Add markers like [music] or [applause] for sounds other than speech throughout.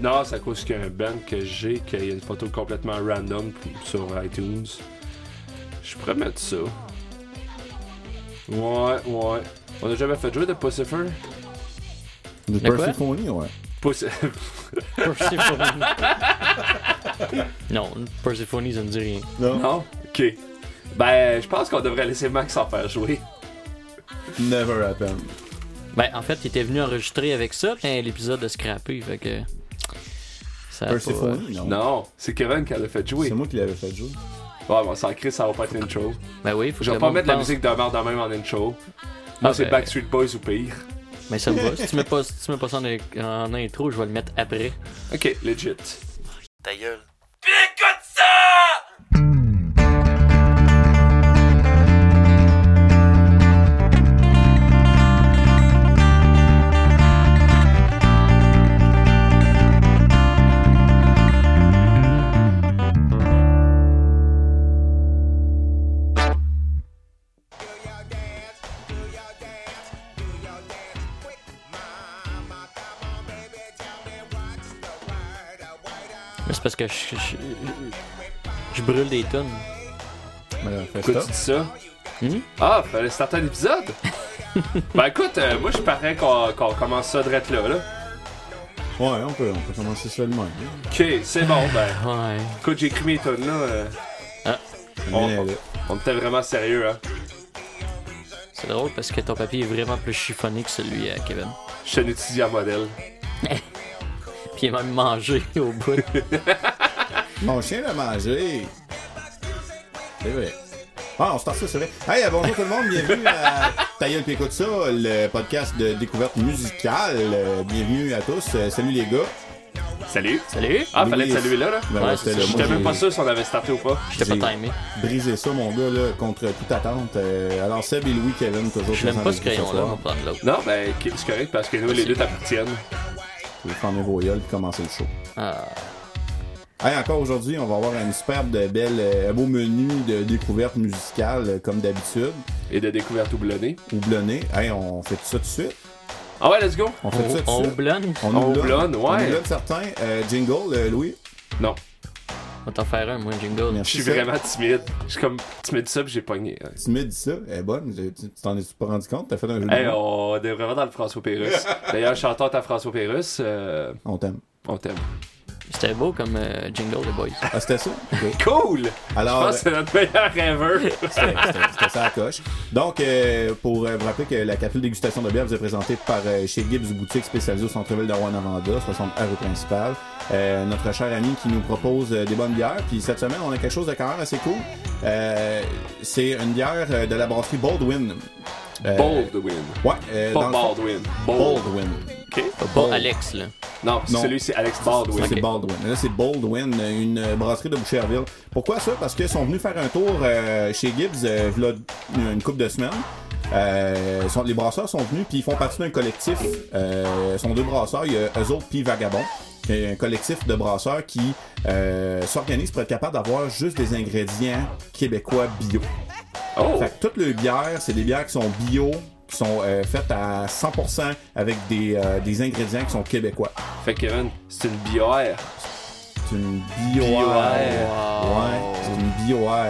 Non, c'est à cause qu'il y a un band que j'ai, qu'il y a une photo complètement random sur iTunes. Je pourrais mettre ça. Ouais, ouais. On a jamais fait jouer de Pussifer? De De quoi? Persephone, ouais. Puss... Persephone. non, Persephone, ça ne dit rien. [laughs] Non. non? Ok. Ben, je pense qu'on devrait laisser Max en faire jouer. Never happen. Ben, en fait, il était venu enregistrer avec ça, puis l'épisode a scrappé, fait que. Ça a pas- Persephone, non. Non, c'est Kevin qui l'a fait jouer. C'est moi qui l'avais fait jouer. Ouais, bon, sans Chris, ça va pas être l'intro. Ben oui, faut que Je vais le pas monde mettre la pense. musique de merde de même en intro. Ah, Moi, c'est ben, Backstreet Boys ou pire. Mais ça me va. Si tu mets pas, si tu mets pas ça en, en intro, je vais le mettre après. Ok, legit. Ta gueule. Mais c'est parce que je, je, je- je brûle des tonnes. Mais fait Pourquoi ça. tu dis ça? Hmm? Ah, fallait starter [laughs] l'épisode? ben écoute, euh, moi je parais qu'on qu'on commence ça direct là, là. Ouais, on peut, on peut commencer seulement. Ok, c'est bon, ben. Ouais. Écoute, j'ai écrit mes tonnes là. euh, on, on était vraiment sérieux, hein. C'est drôle parce que ton papier est vraiment plus chiffonné que celui à Kevin. Je suis un étudiant modèle. Puis il est même mangé [laughs] au bout. Mon chien l'a mangé. C'est vrai. Ah, on se tord ça, c'est vrai. Hey, euh, bonjour tout le monde, bienvenue [laughs] à Ta gueule puis écoute ça, le podcast de découverte musicale. Euh, Bienvenue à tous. Euh, Salut les gars. Salut! Salut! Ah, Oui, fallait te oui. saluer là, là. Ben, Ouais, c'était c'est le- ça, moi, J'étais j'ai même pas sûr si on avait starté ou pas. Je t'ai pas j'ai- timé. Brisé ça, mon gars, là, contre toute attente. Euh, alors, Seb et Louis Kevin, toujours Je l'aime présents pas ce avec nous crayon-là, on va soir. prendre l'autre. Non, ben ok, c'est correct parce que nous les deux t'appartiennent. Je vais fermer vos gueules puis commencer le show. Ah, Hey, encore aujourd'hui, on va avoir une superbe, belle, euh, un beau menu de découverte musicale, euh, comme d'habitude. Et de découverte houblonnée. Houblonné. Hey, on fait tout ça tout de suite. Ah ouais, let's go! On fait tout ça on, tout on de suite. blonde? On On houblonne. houblonne, ouais. On houblonne certains. Euh, jingle, euh, Louis. Non, On va t'en faire un, moi, jingle. je Merci. suis Seb. vraiment timide. Je suis comme, tu me dis ça puis j'ai pogné. hein. Tu me dis ça. Elle est bonne. Tu tu t'en es pas rendu compte? T'as fait un jeu Hey, de mots? on est vraiment dans le François Pérus. D'ailleurs, chanteur à François Pérus, euh, On t'aime. on t'aime. C'était beau comme euh, jingle, les boys. Ah, c'était ça? Ok. Cool! Je Alors, pense que c'est notre meilleur rêveur. C'était c'était- c'était ça à la coche. Donc, euh, pour euh, vous rappeler que la capsule dégustation de bière vous est présentée par euh, chez Gibbs Boutique spécialisée au centre-ville de Rwanda, 60 rue principale. Euh, notre cher ami qui nous propose euh, des bonnes bières. Puis cette semaine, on a quelque chose de quand même assez cool. Euh, C'est une bière euh, de la brasserie Baldwin. Euh, Baldwin. Ouais, euh, Pas dans le fond- Baldwin. Bald. Baldwin. OK? Pas Bon. Alex, là. Non, Non. celui c'est Alex Baldwin. C'est Baldwin. Là, c'est Baldwin, une euh, brasserie de Boucherville. Pourquoi ça? Parce qu'ils sont venus faire un tour euh, chez Gibbs euh, v'là une une couple de semaines. Euh, sont- les brasseurs sont venus puis ils font partie d'un collectif. Euh, sont deux brasseurs, il y a eux autres puis Vagabond. qui est Un collectif de brasseurs qui euh, s'organise pour être capable d'avoir juste des ingrédients québécois bio. Oh! Fait que toutes les bières, c'est des bières qui sont bio, qui sont euh, faites à 100% avec des, euh, des ingrédients qui sont québécois. Fait que Kevin, c'est une bière. C'est une bio Ouais, c'est Oh. une BioR.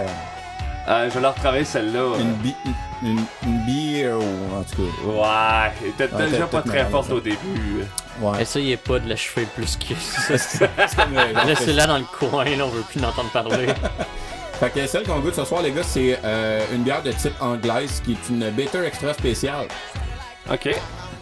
Euh, je vais la retravailler celle-là. Une bi... Une, une bio, en tout cas. Ouais, elle était Ah, déjà t'es- pas t'es très malade, forte ça. au début. Ouais. Essayez pas de l'achever plus que ça. [laughs] Restez-la dans le coin, là, on veut plus l'entendre parler. Fait que celle qu'on goûte ce soir, les gars, c'est euh, une bière de type anglaise qui est une Better Extra spéciale. OK.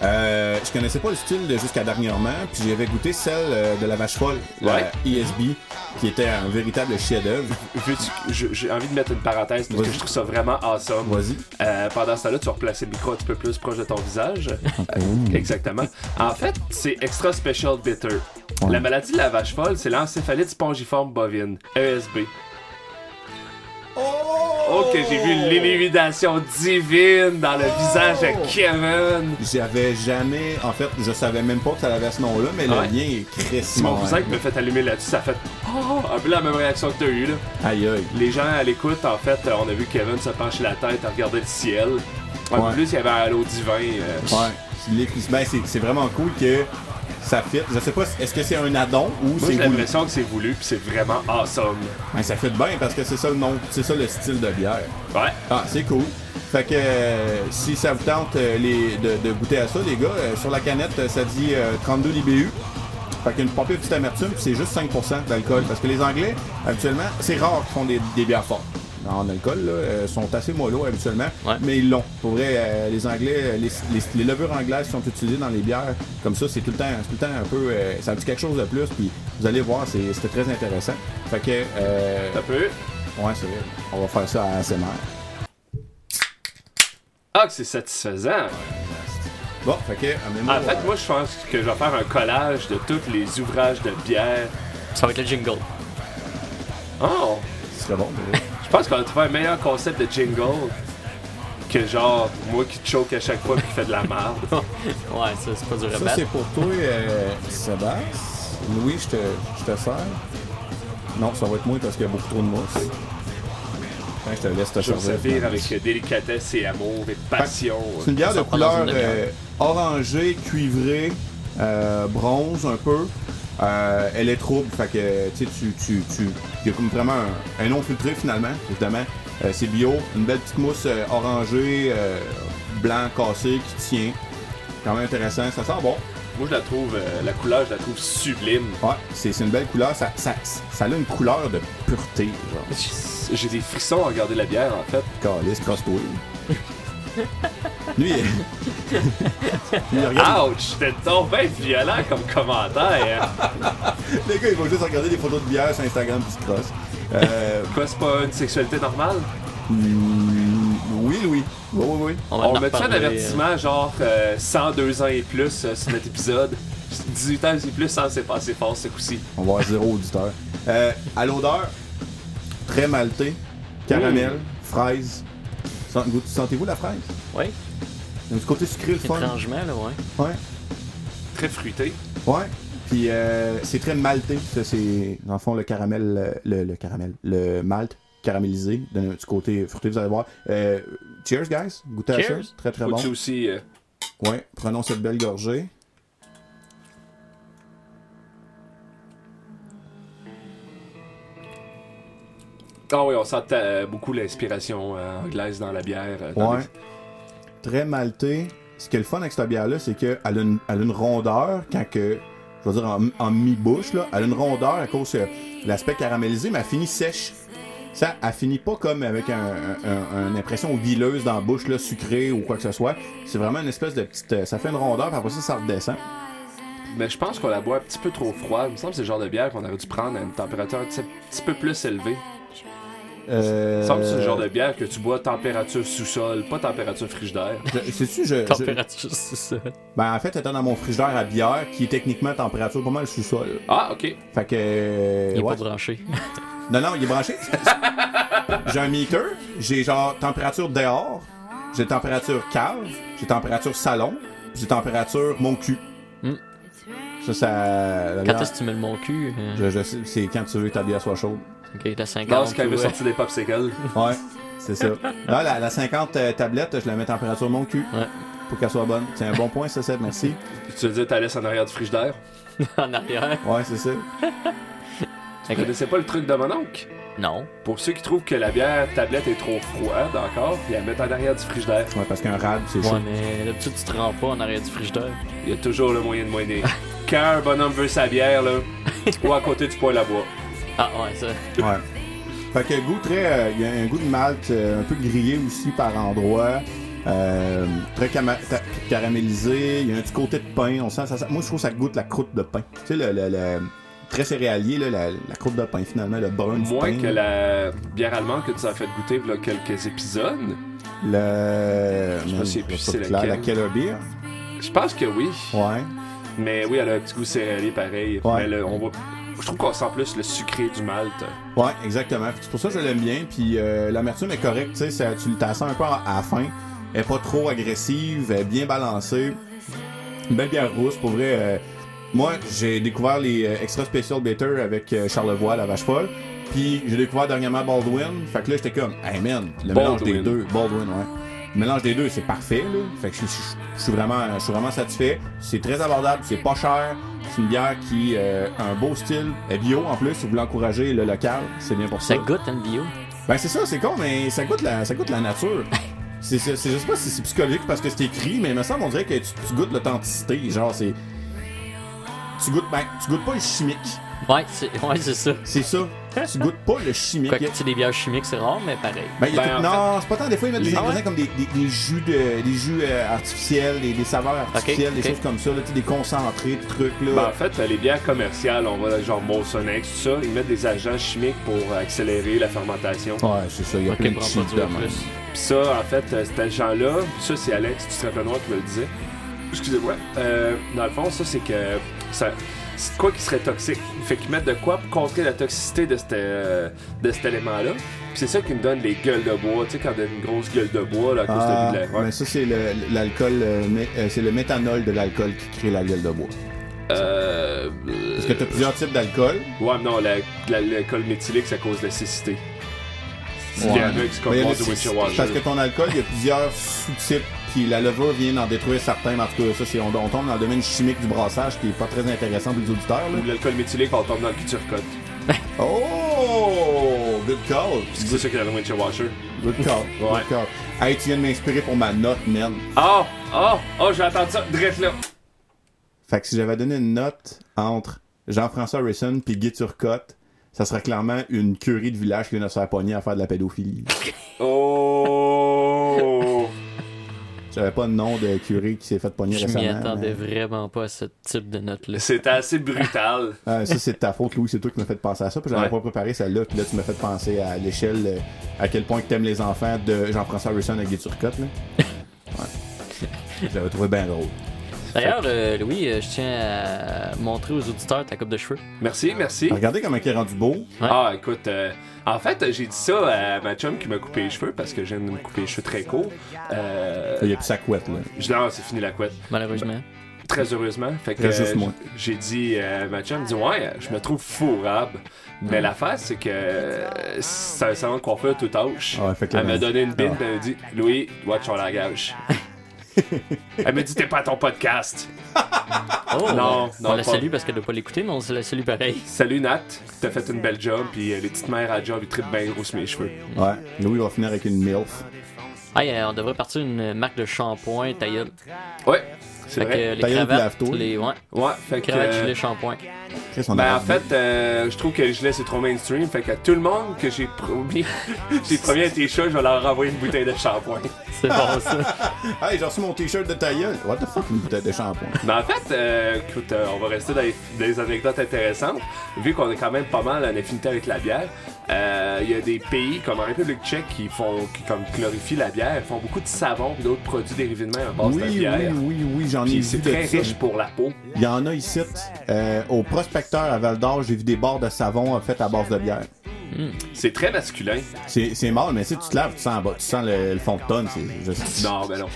Euh, je connaissais pas le style de jusqu'à dernièrement, puis j'avais goûté celle euh, de la vache folle, la Ouais. ESB, qui était un véritable chef-d'œuvre. Veux-tu- je- J'ai envie de mettre une parenthèse parce que Vas-y. je trouve ça vraiment awesome. Vas-y. Euh, pendant ce temps-là, tu vas replacer le micro un petit peu plus proche de ton [laughs] visage. Euh, Mmh. Exactement. En fait, c'est Extra Special Bitter. Ouais. La maladie de la vache folle, c'est l'encéphalite spongiforme bovine, ESB. Oh, que j'ai vu l'illumination divine dans le visage de Kevin! J'avais jamais, en fait, je savais même pas que ça avait ce nom-là, mais Ouais. le lien est C'est mon crissement. cousin qui m'a fait allumer là-dessus, ça a fait oh, un peu la même réaction que t'as eu là. Aïe aïe. Les gens à l'écoute, en fait, euh, on a vu Kevin se pencher la tête à regarder le ciel. En Ouais. plus, il y avait un halo divin. euh, Ouais. C'est l'épis- Ben, c'est, c'est vraiment cool que ça fit. Je sais pas, est-ce que c'est un addon ou Moi, c'est j'ai voulu. l'impression que c'est voulu, puis c'est vraiment awesome. Ben, ça fit bien parce que c'est ça le nom, c'est ça le style de bière. Ouais. Ah, c'est cool. Fait que euh, si ça vous tente euh, les, de, de goûter à ça, les gars, euh, sur la canette, euh, ça dit euh, 32 IBU. Fait qu'il y a une pas pire petite amertume, puis c'est juste 5% d'alcool. Parce que les Anglais, habituellement, c'est rare qu'ils font des, des bières fortes. En alcool, là, euh, sont assez mollo habituellement, Ouais. mais ils l'ont. Pour vrai, euh, les Anglais, euh, les, les, les levures anglaises qui sont utilisées dans les bières, comme ça, c'est tout le temps, c'est tout le temps un peu, euh, ça dit quelque chose de plus. Puis vous allez voir, c'est- c'était très intéressant. Fait que, euh, Un peu. ouais, c'est vrai. On va faire ça à ASMR. Ah, que c'est satisfaisant. Bon, fait que, amenez-moi. En fait, euh, moi, je pense que je vais faire un collage de tous les ouvrages de bière. Ça va être le jingle. [laughs] Oh! ce serait bon. [laughs] mais- Je pense qu'on a trouvé un meilleur concept de jingle que genre moi qui choke à chaque fois puis qui fait de la [laughs] merde. ouais, ça, c'est pas dur ça, à battre. c'est pour toi, euh, Sébastien. Louis, je te, je te sers. Non, ça va être moins parce qu'il y a beaucoup trop de mousse. Enfin, je te laisse te Je vais servir. servir avec délicatesse et amour et passion. Ah, C'est une bière Ça de s'en prend dans couleur une demi-heure. euh, orangée, cuivrée, euh, bronze un peu. Euh, elle est trouble, fait que tu sais, tu, tu, tu, il y a comme vraiment un, un non filtré finalement, évidemment. Euh, c'est bio, une belle petite mousse euh, orangée, euh, blanc cassé qui tient. Quand même intéressant, ça sent bon. Moi, je la trouve, euh, la couleur, je la trouve sublime. Ouais, c'est c'est une belle couleur. Ça, ça, ça a une couleur de pureté, [laughs] genre. J'ai des frissons à regarder la bière en fait. Calice, crosse-toi. [laughs] Lui, il... Lui, il regarde. Ouch! C'était donc bien violent comme commentaire. hein. Les gars, ils vont juste regarder des photos de bière sur Instagram puis se crossent. Euh, Quoi, c'est pas une sexualité normale? mm, oui, Louis. Oui, oui, oui. On, en met un reparler, euh, avertissement genre euh, 102 ans et plus euh, sur notre épisode. 18 ans et plus, ça c'est passé fort ce coup-ci. On va avoir zéro auditeur. Euh, à l'odeur, très malté, caramel, Mm. fraise. Sent- goût- Sentez-vous la fraise? Ouais, Il y a Du côté sucré, le fun. étrangement, là, ouais. Ouais. Très fruité. Ouais. Puis euh, c'est très malté. Ça, c'est, dans le fond, le caramel, euh, le, le caramel, le malt caramélisé d'un- du côté fruité, vous allez voir. Euh, cheers, guys. Goûtez à ça. Cheers. Très, très bon. Faut-tu aussi. euh, Ouais. Prenons cette belle gorgée. Ah oui, on sent euh, beaucoup l'inspiration euh, anglaise dans la bière. euh, dans Ouais. Très malté. Ce qui est le fun avec cette bière-là, c'est qu'elle a, une- elle a une rondeur quand que. Je veux dire, en, en mi-bouche, là, elle a une rondeur à cause de l'aspect caramélisé, mais elle finit sèche. Ça, elle finit pas comme avec un, un- un- une impression huileuse dans la bouche, là, sucrée ou quoi que ce soit. C'est vraiment une espèce de petite. euh, Ça fait une rondeur, puis après ça, ça redescend. les- Mais je pense qu'on la boit un petit peu trop froide. Il me semble que c'est le genre de bière qu'on aurait dû prendre à une température un petit, petit peu plus élevée. Il Euh, me semble que c'est le genre de bière que tu bois température sous-sol, pas température frigidaire. je- Sais-tu, je- je- Température, c'est ça. Ben, en fait, elle était dans mon frigidaire à bière, qui est techniquement à température pas mal sous-sol. Ah, ok. Fait que. Il est ouais. pas branché. Non, non, il est branché. j'ai un meter, j'ai genre température dehors, j'ai température cave, j'ai température salon, j'ai température mon cul. Hmm. Ça, ça. la Quand bière- est-ce que tu mets le mon cul? euh, je, je sais, c'est quand tu veux que ta bière soit chaude. Ok, la 50. Non, c'est quand il veut ouais. sortir des popsicles. Ouais, c'est ça. Là, la, la 50 euh, tablette, je la mets température mon cul Ouais. pour qu'elle soit bonne. C'est un bon point, ça, Seb, merci. tu veux dire, t'as laissé en arrière du frigidaire. [laughs] en arrière. Ouais, c'est ça. Tu connaissais pas le truc de mon oncle? Non. Pour ceux qui trouvent que la bière tablette est trop froide encore, puis la mettre en arrière du frigidaire, Ouais, parce qu'un rad, c'est chaud. Ouais, mais d'habitude, tu te rends pas en arrière du frigidaire. il y a toujours le moyen de [laughs] moiner. Quand un bonhomme veut sa bière, là, ou à côté du poêle à [laughs] bois. Ah, ouais, ça. Ouais. Fait que goût très. Il y a un goût de malt euh, un peu grillé aussi par endroits. Euh, très cama- ta- caramélisé. Il y a un petit côté de pain. On sent, ça, ça- moi, je trouve que ça goûte la croûte de pain. Tu sais, le. le- le- très céréalier, là, la, la croûte de pain, finalement, le brun du Moins pain. que la bière allemande que tu as fait goûter il y a quelques épisodes. Le. Je Man, sais plus pas c'est clair. La lequel. Keller Beer. Je pense que oui. Ouais. Mais oui, elle a un petit goût céréalier pareil. Ouais. Mais le- on va... Je trouve qu'on sent plus le sucré du malt. Ouais, exactement. Puis C'est pour ça que je l'aime bien. Puis euh, l'amertume est correcte, tu sais, ça- tu le sens un peu à la fin. Elle est pas trop agressive, elle est bien balancée. Une belle bière rousse, pour vrai. euh, moi, j'ai découvert les euh, extra special bitter avec euh, Charlevoix, la vache folle. Puis j'ai découvert dernièrement Baldwin. Fait que là, j'étais comme, hey man, le mélange des Baldwin. deux, Baldwin, ouais. mélange des deux, c'est parfait. Là. Fait que je, je- je suis vraiment, je suis vraiment satisfait. C'est très abordable, c'est pas cher. C'est une bière qui euh, a un beau style, est bio en plus. Si vous voulez encourager le local, c'est bien pour ça. Ça goûte une bio. Ben c'est ça, c'est con, mais ça goûte la, ça goûte la nature. C'est, c'est, c'est- je sais pas si c'est psychologique parce que c'est écrit, mais il me semble on dirait que tu, tu goûtes l'authenticité. Genre, c'est. Tu goûtes, ben, tu goûtes pas le chimique. Ouais, c'est ouais, c'est ça. C'est ça. Tu goûtes pas le chimique. Quoique, tu sais, des bières chimiques, c'est rare, mais pareil. Ben, il y a Ben, tout- en non, c'est pas tant. Des fois, ils mettent des Ah ouais? ingrédients comme des, des, des jus, de, des jus euh, artificiels, des, des saveurs artificielles, ok. des choses comme ça, là, tu sais, des concentrés, des trucs. Là. Ben, en fait, les bières commerciales, on va genre Molsonex, tout ça, ils mettent des agents chimiques pour accélérer la fermentation. Ouais, c'est ça. Il y a Ok, plein de prends pas cheat du de haut même. plus. Puis ça, en fait, euh, cet agent-là, ça c'est Alex du Trapé Noir qui me le disait. Excusez-moi. Euh, dans le fond, ça c'est que ça, c'est quoi qui serait toxique. Fait qu'ils mettent de quoi pour contrer la toxicité de, cet, euh, de cet élément-là. Puis c'est ça qui me donne les gueules de bois. Tu sais, quand on a une grosse gueule de bois là, à cause Ah, de la- ouais. ben ça, c'est le- l'alcool, euh, mé- euh, c'est le méthanol de l'alcool qui crée la gueule de bois. Euh, Parce que t'as plusieurs types d'alcool. Ouais, mais non, la- la- l'alcool méthylique, c'est à cause de la cécité. C'est Ouais. un mec qui Mais comprend le- du Witcher Parce que Watcher. ton alcool, il y a plusieurs sous-types, puis la levure vient d'en détruire certains. mais En tout cas, ça, c'est, on, on tombe dans le domaine chimique du brassage qui est pas très intéressant pour les auditeurs. là. Ou l'alcool méthylique, on tombe dans le culture code. Oh! Good call! C'est ça qu'il y a dans Witcher Watcher. Good call. Ouais. Good call. Hey, tu viens de m'inspirer pour ma note, man. Oh, oh, oh, j'ai entendu ça, direct là. Fait que si j'avais donné une note entre Jean-François Harrison puis Guy Turcotte, ça serait clairement une curie de village qui vient de se faire pogner à faire de la pédophilie. Oh! J'avais pas le nom de curé qui s'est fait pogner Je récemment. m'y attendais mais- vraiment pas à ce type de note-là. [laughs] C'était assez brutal. Ah, ça, c'est de ta faute, Louis. C'est toi qui m'as fait penser à ça. Puis j'avais Ouais. pas préparé celle-là. Puis là, tu m'as fait penser à l'échelle, euh, à quel point que t'aimes les enfants de Jean-François Harrison et Guy Turcotte. Là. Ouais. J'avais trouvé bien drôle. D'ailleurs, euh, Louis, euh, je tiens à montrer aux auditeurs ta coupe de cheveux. Merci, merci. Regardez comment il est rendu beau. Ah, écoute, euh, en fait, j'ai dit ça à ma chum qui m'a coupé les cheveux parce que j'aime me couper les cheveux très courts. Euh, Il y a plus sa couette, là. je dis, ah, c'est fini la couette. Malheureusement. Très heureusement. Fait que, Très juste euh, moi. J'ai dit, euh, ma chum dit, ouais, je me trouve fourrable. Mm. Mais l'affaire, c'est que euh, c'est un salon de coiffeur tout âge. Ah, fait que elle là, m'a donné une bine, ah. puis elle m'a dit, Louis, watch ton [laughs] langage. elle m'a dit, t'es pas à ton podcast. Oh, Ah, Non, on non, pas. la salue parce qu'elle ne doit pas l'écouter, mais on la salue pareil. Salut Nat, t'as fait une belle job, puis euh, les petites mères à job, ils trippent bien gros sur mes cheveux. Ouais. Louis va finir avec une MILF. Hey, euh, on devrait partir une marque de shampoing, ta gueule. Ouais, c'est Fait que euh, vrai. les Ta gueule, cravates, lave-toi. les ouais, Ouais, fait que. cravates, euh, gilet, shampoing. [laughs] Chris, on Ben a en fait, euh, je trouve que le gilet c'est trop mainstream, fait que tout le monde que j'ai promis, [laughs] j'ai promis à tes chats, je vais leur renvoyer une bouteille de shampoing. C'est bon ça. Hey, j'ai reçu mon t-shirt de ta gueule. What the fuck, une bouteille de shampoing. Mais en fait, euh, écoute, euh, on va rester dans les, dans les anecdotes intéressantes, vu qu'on est quand même pas mal en affinité avec la bière. euh, Il y a des pays comme en République Tchèque qui font, qui comme glorifient la bière, font beaucoup de savon et d'autres produits dérivés de même à base Oui, de oui, Oh, bière. oui, oui, j'en ai Puis vu c'est de très ça. riche pour la peau. Il y en a ici, euh, au prospecteur à Val d'Or, j'ai vu des barres de savon euh, faites à base de bière. C'est très masculin. C'est c'est mort, mais si tu te laves, tu sens, en bas- tu sens le, le fond de tonne. c'est- Je, sais- Non, mais non.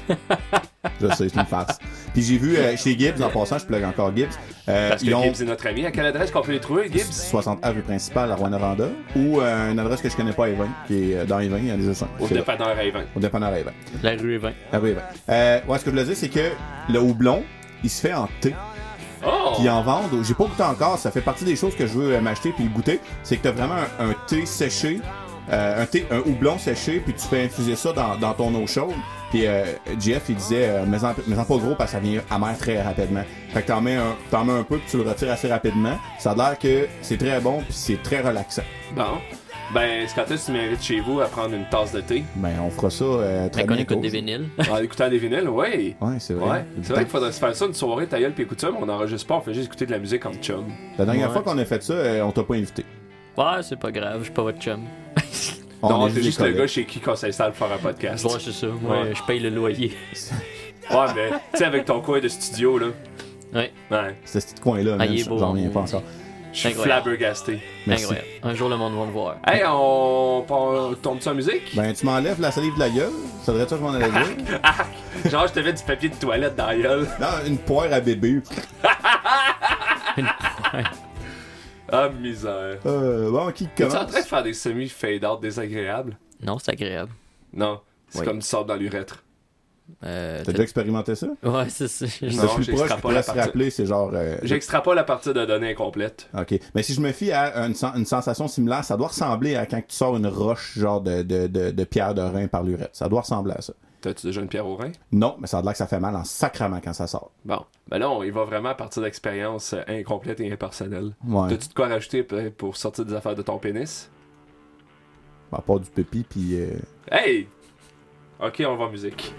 je sais, c'est une farce. Puis j'ai vu euh, chez Gibbs, en passant, je plug encore Gibbs, euh, Parce que ils ont Gibbs est notre ami. À quelle adresse qu'on peut les trouver, Gibbs 60 rue principale à Rwanda ou euh, une adresse que je connais pas, Evin, qui est euh, dans Evin, il y en a juste un. Au C'est là, dépanneur Raven. Au dépanneur Evin. La rue est 20. Ah oui, ben. Euh, ouais, ce que je voulais dire, c'est que le houblon, il se fait en thé. Oh! Puis ils en vendent. J'ai pas goûté encore. Ça fait partie des choses que je veux euh, m'acheter puis le goûter. C'est que t'as vraiment un, un thé séché, euh, un thé, un houblon séché, puis tu peux infuser ça dans, dans ton eau chaude. Puis euh, Jeff, il disait, euh, mets-en mets-en pas gros parce que ça vient amer très rapidement. Fait que t'en mets un, t'en mets un peu puis tu le retires assez rapidement. Ça a l'air que c'est très bon puis c'est très relaxant. Bon. Ben, c'est quand est-ce que tu m'invites chez vous à prendre une tasse de thé? Ben on fera ça euh, très Fait qu'on bien. écoute des vinyles. [laughs] En écoutant des vinyles, ouais. Ouais, c'est vrai. Ouais. C'est vrai qu'il faudrait se faire ça une soirée, ta gueule, puis écoute ça, mais on n'enregistre pas, on fait juste écouter de la musique en chum. La dernière Ouais. fois qu'on a fait ça, euh, on t'a pas invité. Ouais, c'est pas grave, je suis pas votre chum. On non, est t'es juste des le collègues. gars chez qui qu'on s'installe pour faire un podcast. Ouais, c'est ça. Moi, Ouais. je paye le loyer. Ouais, mais, tu sais, avec ton coin de studio, là. Ouais, Ouais. C'est ce petit coin-là, Ah, man, il est beau, j'en reviens pas hein. encore. Je suis Incroyable. flabbergasté. Merci. incroyable. Un jour, le monde va me voir. Hey, on, on tombe sur la musique? Ben, tu m'enlèves la salive de la gueule, ça devrait être ça que je m'en allais [laughs] dire. Genre, je te mets du papier de toilette dans la gueule. Non, une poire à bébé. Ah, misère. Euh, bon, qui Tu es en commence? train de faire des semi-fade-out désagréables? Non, c'est agréable. Non. C'est Oui. comme du sable dans l'urètre. Euh, T'as déjà expérimenté ça? Ouais, c'est ça. Non, C'est plus proche, je j'extrapole pourrais à se partir- rappeler, c'est genre... euh, J'extrapole à partir de données incomplètes. OK. Mais si je me fie à une, sen- une sensation similaire, ça doit ressembler à quand tu sors une roche genre de, de, de, de pierre de rein par l'urette. Ça doit ressembler à ça. T'as-tu déjà une pierre au rein? Non, mais ça a l'air que ça fait mal en sacrament quand ça sort. Bon. Ben là, on y va vraiment à partir d'expériences euh, incomplètes et impersonnelles. Ouais. T'as-tu de quoi rajouter p- pour sortir des affaires de ton pénis? À part du pépi, puis... euh, Hey! Ok, on va en musique.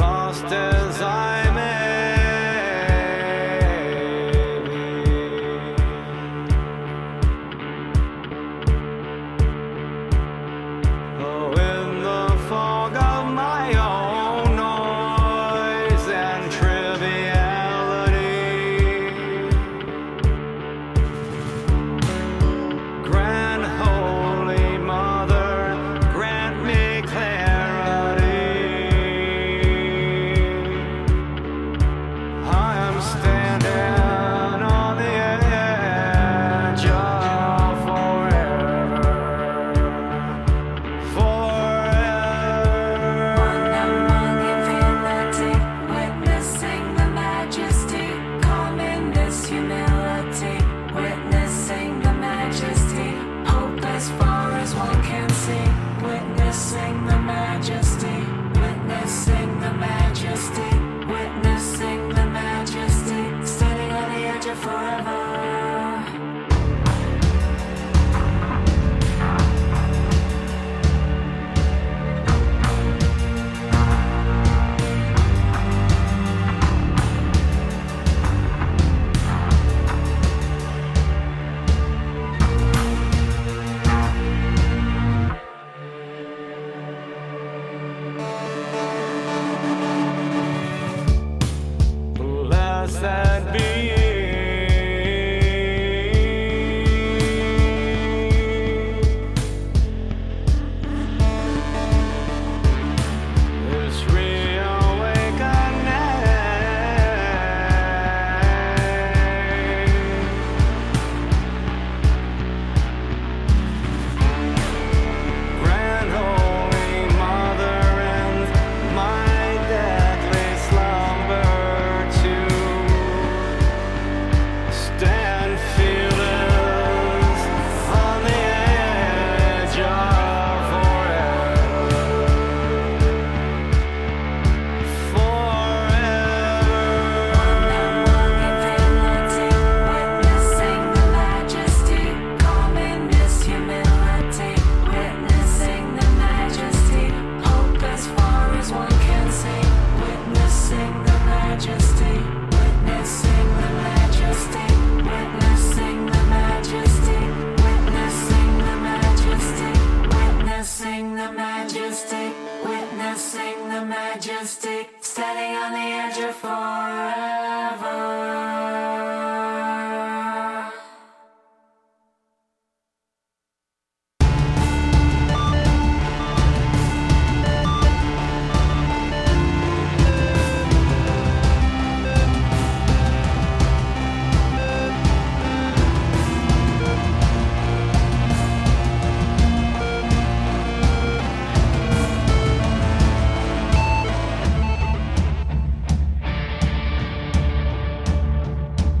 Lost as I may be. Oh, in the fog of my own noise and triviality, Grand Holy Mother, grant me clarity. I am standing on the edge of forever. Forever. Witnessing the majesty, witnessing the majesty, witnessing the majesty, standing on the edge of forever. Blessed be this reawakening. Grand Holy Mother and my deathly slumber to stand fearless on the edge of forever. Forever. Witnessing the majesty, witnessing the majesty, standing on the edge of forever. Forever.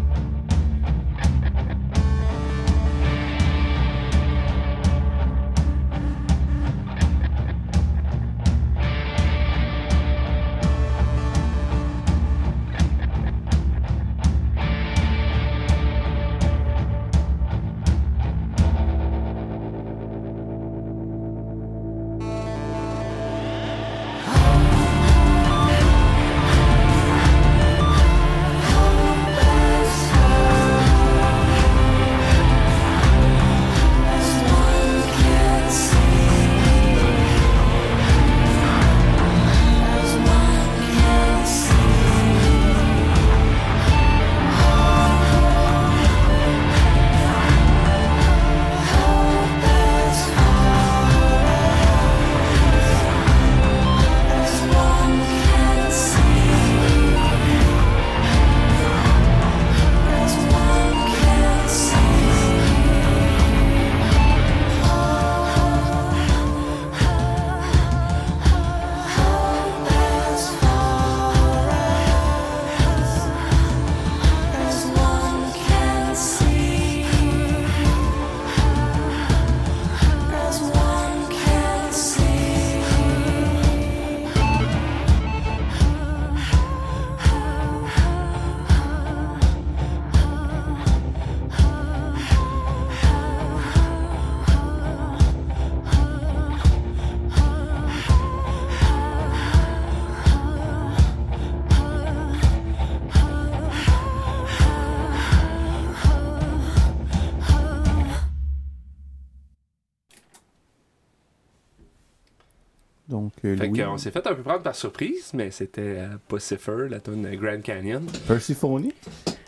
Donc, euh, Fait Louis. qu'on s'est fait un peu prendre par surprise, mais c'était euh, pas Cipher, la tune Grand Canyon. Persephone.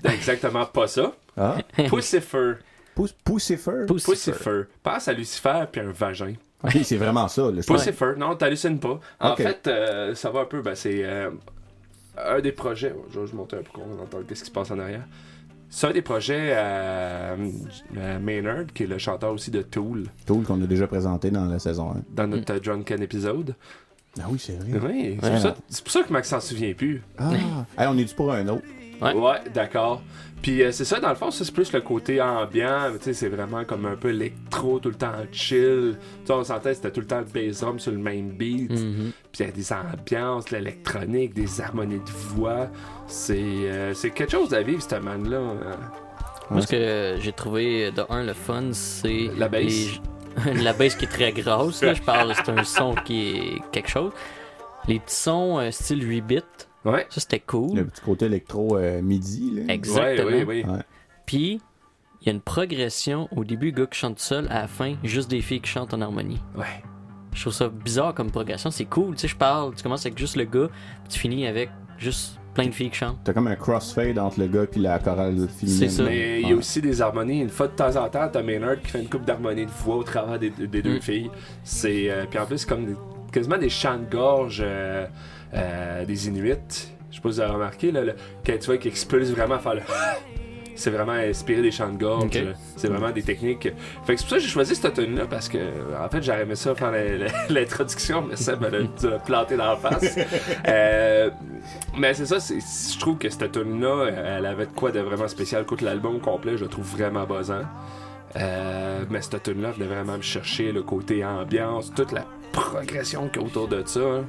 Exactement pas ça. [laughs] Ah. Pussifer. Pouc- Poucifer. Pouce- Pussifer. Pense à Lucifer puis un vagin. Ok, c'est vraiment ça. là, je pense. Pussifer, non, t'hallucines pas. En Ok. fait, euh, ça va un peu, ben, c'est euh, un des projets. oh, Je vais juste monter un peu qu'on entende qu'est-ce qui se passe en arrière. C'est un des projets euh, euh, Maynard, qui est le chanteur aussi de Tool, Tool qu'on a déjà présenté dans la saison 1. dans notre euh, Drunken épisode. Ah oui, c'est vrai. Oui, c'est Hmm. Ouais. pour, ça- c'est pour ça que Max s'en souvient plus. Ah, Hey, on est dû pour un autre. Ouais. Ouais, d'accord. Puis euh, c'est ça, dans le fond, ça c'est plus le côté ambiant. Tu sais, c'est vraiment comme un peu électro, tout le temps chill. Tu sais, on s'entendait, c'était tout le temps le bass drum sur le même beat. Mm-hmm. Puis il y a des ambiances, de l'électronique, des harmonies de voix. C'est euh, c'est quelque chose à vivre, cette man-là. Euh, Moi, ce que j'ai trouvé de un, le fun, c'est. La bass. les- [laughs] la baisse qui est très grosse, là, je parle, c'est un son qui est quelque chose. Les petits sons euh, style 8 bits, Ouais. ça c'était cool. Le petit côté électro euh, midi. Là. Exact. Ouais, Exactement. oui, oui. Ouais. Puis, il y a une progression au début, gars qui chante seul, à la fin, juste des filles qui chantent en harmonie. Ouais. Je trouve ça bizarre comme progression, c'est cool, tu sais, je parle, tu commences avec juste le gars, puis tu finis avec juste plein de filles qui chantent. T'as comme un crossfade entre le gars puis la chorale féminine. C'est ça. Mais il y Ouais. a aussi des harmonies. Une fois de temps en temps, t'as Maynard qui fait une coupe d'harmonies de voix au travers des, des deux Mm. filles. C'est euh, puis en plus c'est comme des- quasiment des chants de gorge euh, euh, des Inuits. Je sais pas si vous avez remarqué là, le- quand tu vois qu'ils expulsent vraiment à faire le [laughs] c'est vraiment inspiré des chants de gorge. Ok. là. C'est vraiment des techniques. Fait que c'est pour ça que j'ai choisi cette tune là parce que en fait j'aurais aimé ça faire la- [laughs] la- l'introduction, mais [laughs] ça me l'a tu l'as planté dans la face. Euh, mais c'est ça, c'est- je trouve que cette tune là elle avait de quoi de vraiment spécial. Écoute l'album au complet, je le trouve vraiment buzzant. Euh, mais cette tune là venait vraiment me chercher le côté ambiance, toute la progression qu'il y a autour de ça. hein.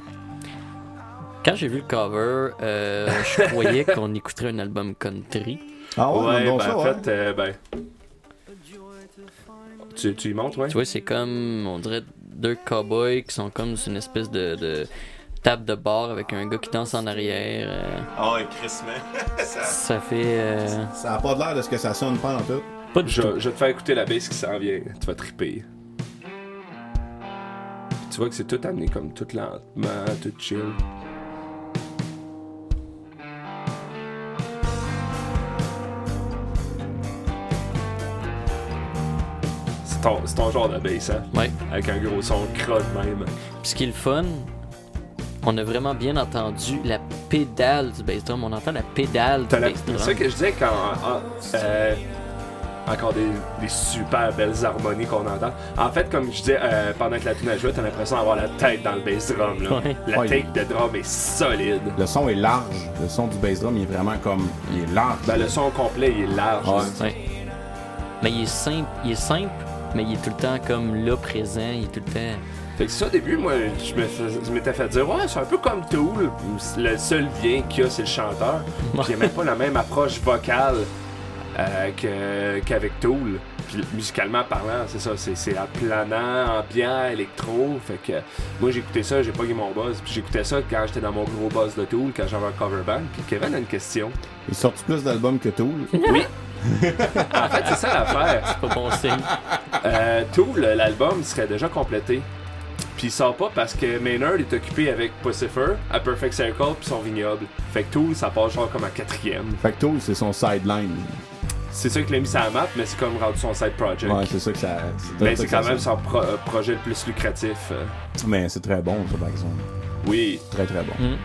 Quand j'ai vu le cover, euh, je croyais qu'on écouterait un album country. Ah ouais, ouais, non, ben, ça, en ouais. fait, euh, ben. Tu, tu y montes, ouais? Tu vois, c'est comme, on dirait, deux cowboys qui sont comme sur une espèce de, de table de bar avec un gars qui danse en arrière. euh, ah Oh, et Chris, man. Ça- ça fait. euh, Ça a pas de l'air de ce que ça sonne pas en tout. pas du tout. Je, je vais te faire écouter la baisse qui s'en vient. Tu vas triper. Tu vois que c'est tout amené comme tout lentement, tout chill. C'est ton, c'est ton genre de bass, hein? Ouais. Avec un gros son crotte même. Puis ce qui est le fun, on a vraiment bien entendu la pédale du bass drum. On entend la pédale du T'as la- bass drum. C'est ça que je disais quand. ah, euh, encore des, des super belles harmonies qu'on entend. En fait, comme je disais, euh, pendant que la tune a joué, t'as l'impression d'avoir la tête dans le bass drum. Là. Ouais. La Ouais. tête de drum est solide. Le son est large. Le son du bass drum, il est vraiment comme. Il est large. Ben, le son complet, il est large. Ouais. C'est- Ouais. Mais il est simple, il est simple, mais il est tout le temps comme là présent, il est tout le temps. Fait que c'est ça, au début, moi, je me fais- je m'étais fait dire, ouais, c'est un peu comme Tool. Le seul lien qu'il y a, c'est le chanteur. Puis il n'y a même pas la même approche vocale euh, que- qu'avec Tool. Puis musicalement parlant, c'est ça, c'est- c'est à planant, ambiant, électro. Fait que moi, j'écoutais ça, j'ai pas eu mon buzz. Puis j'écoutais ça quand j'étais dans mon gros buzz de Tool, quand j'avais un cover band. Puis Kevin a une question. Il est sorti plus d'albums que Tool. En fait, Ah, c'est ça l'affaire. [laughs] Pas bon signe. Euh, tout le- l'album serait déjà complété. Puis il sort pas parce que Maynard est occupé avec Pussifer, A Perfect Circle puis son vignoble. Fait que tout, ça passe genre comme en quatrième. Fait que Tool, c'est son sideline. C'est sûr qu'il a mis ça à map, mais c'est comme rendu son side project. Ouais, c'est ça que ça. mais ça Ben, c'est que ça quand même sonne. son pro- euh, projet le plus lucratif. euh. Mais c'est très bon, ça, par exemple. oui. Très, très bon.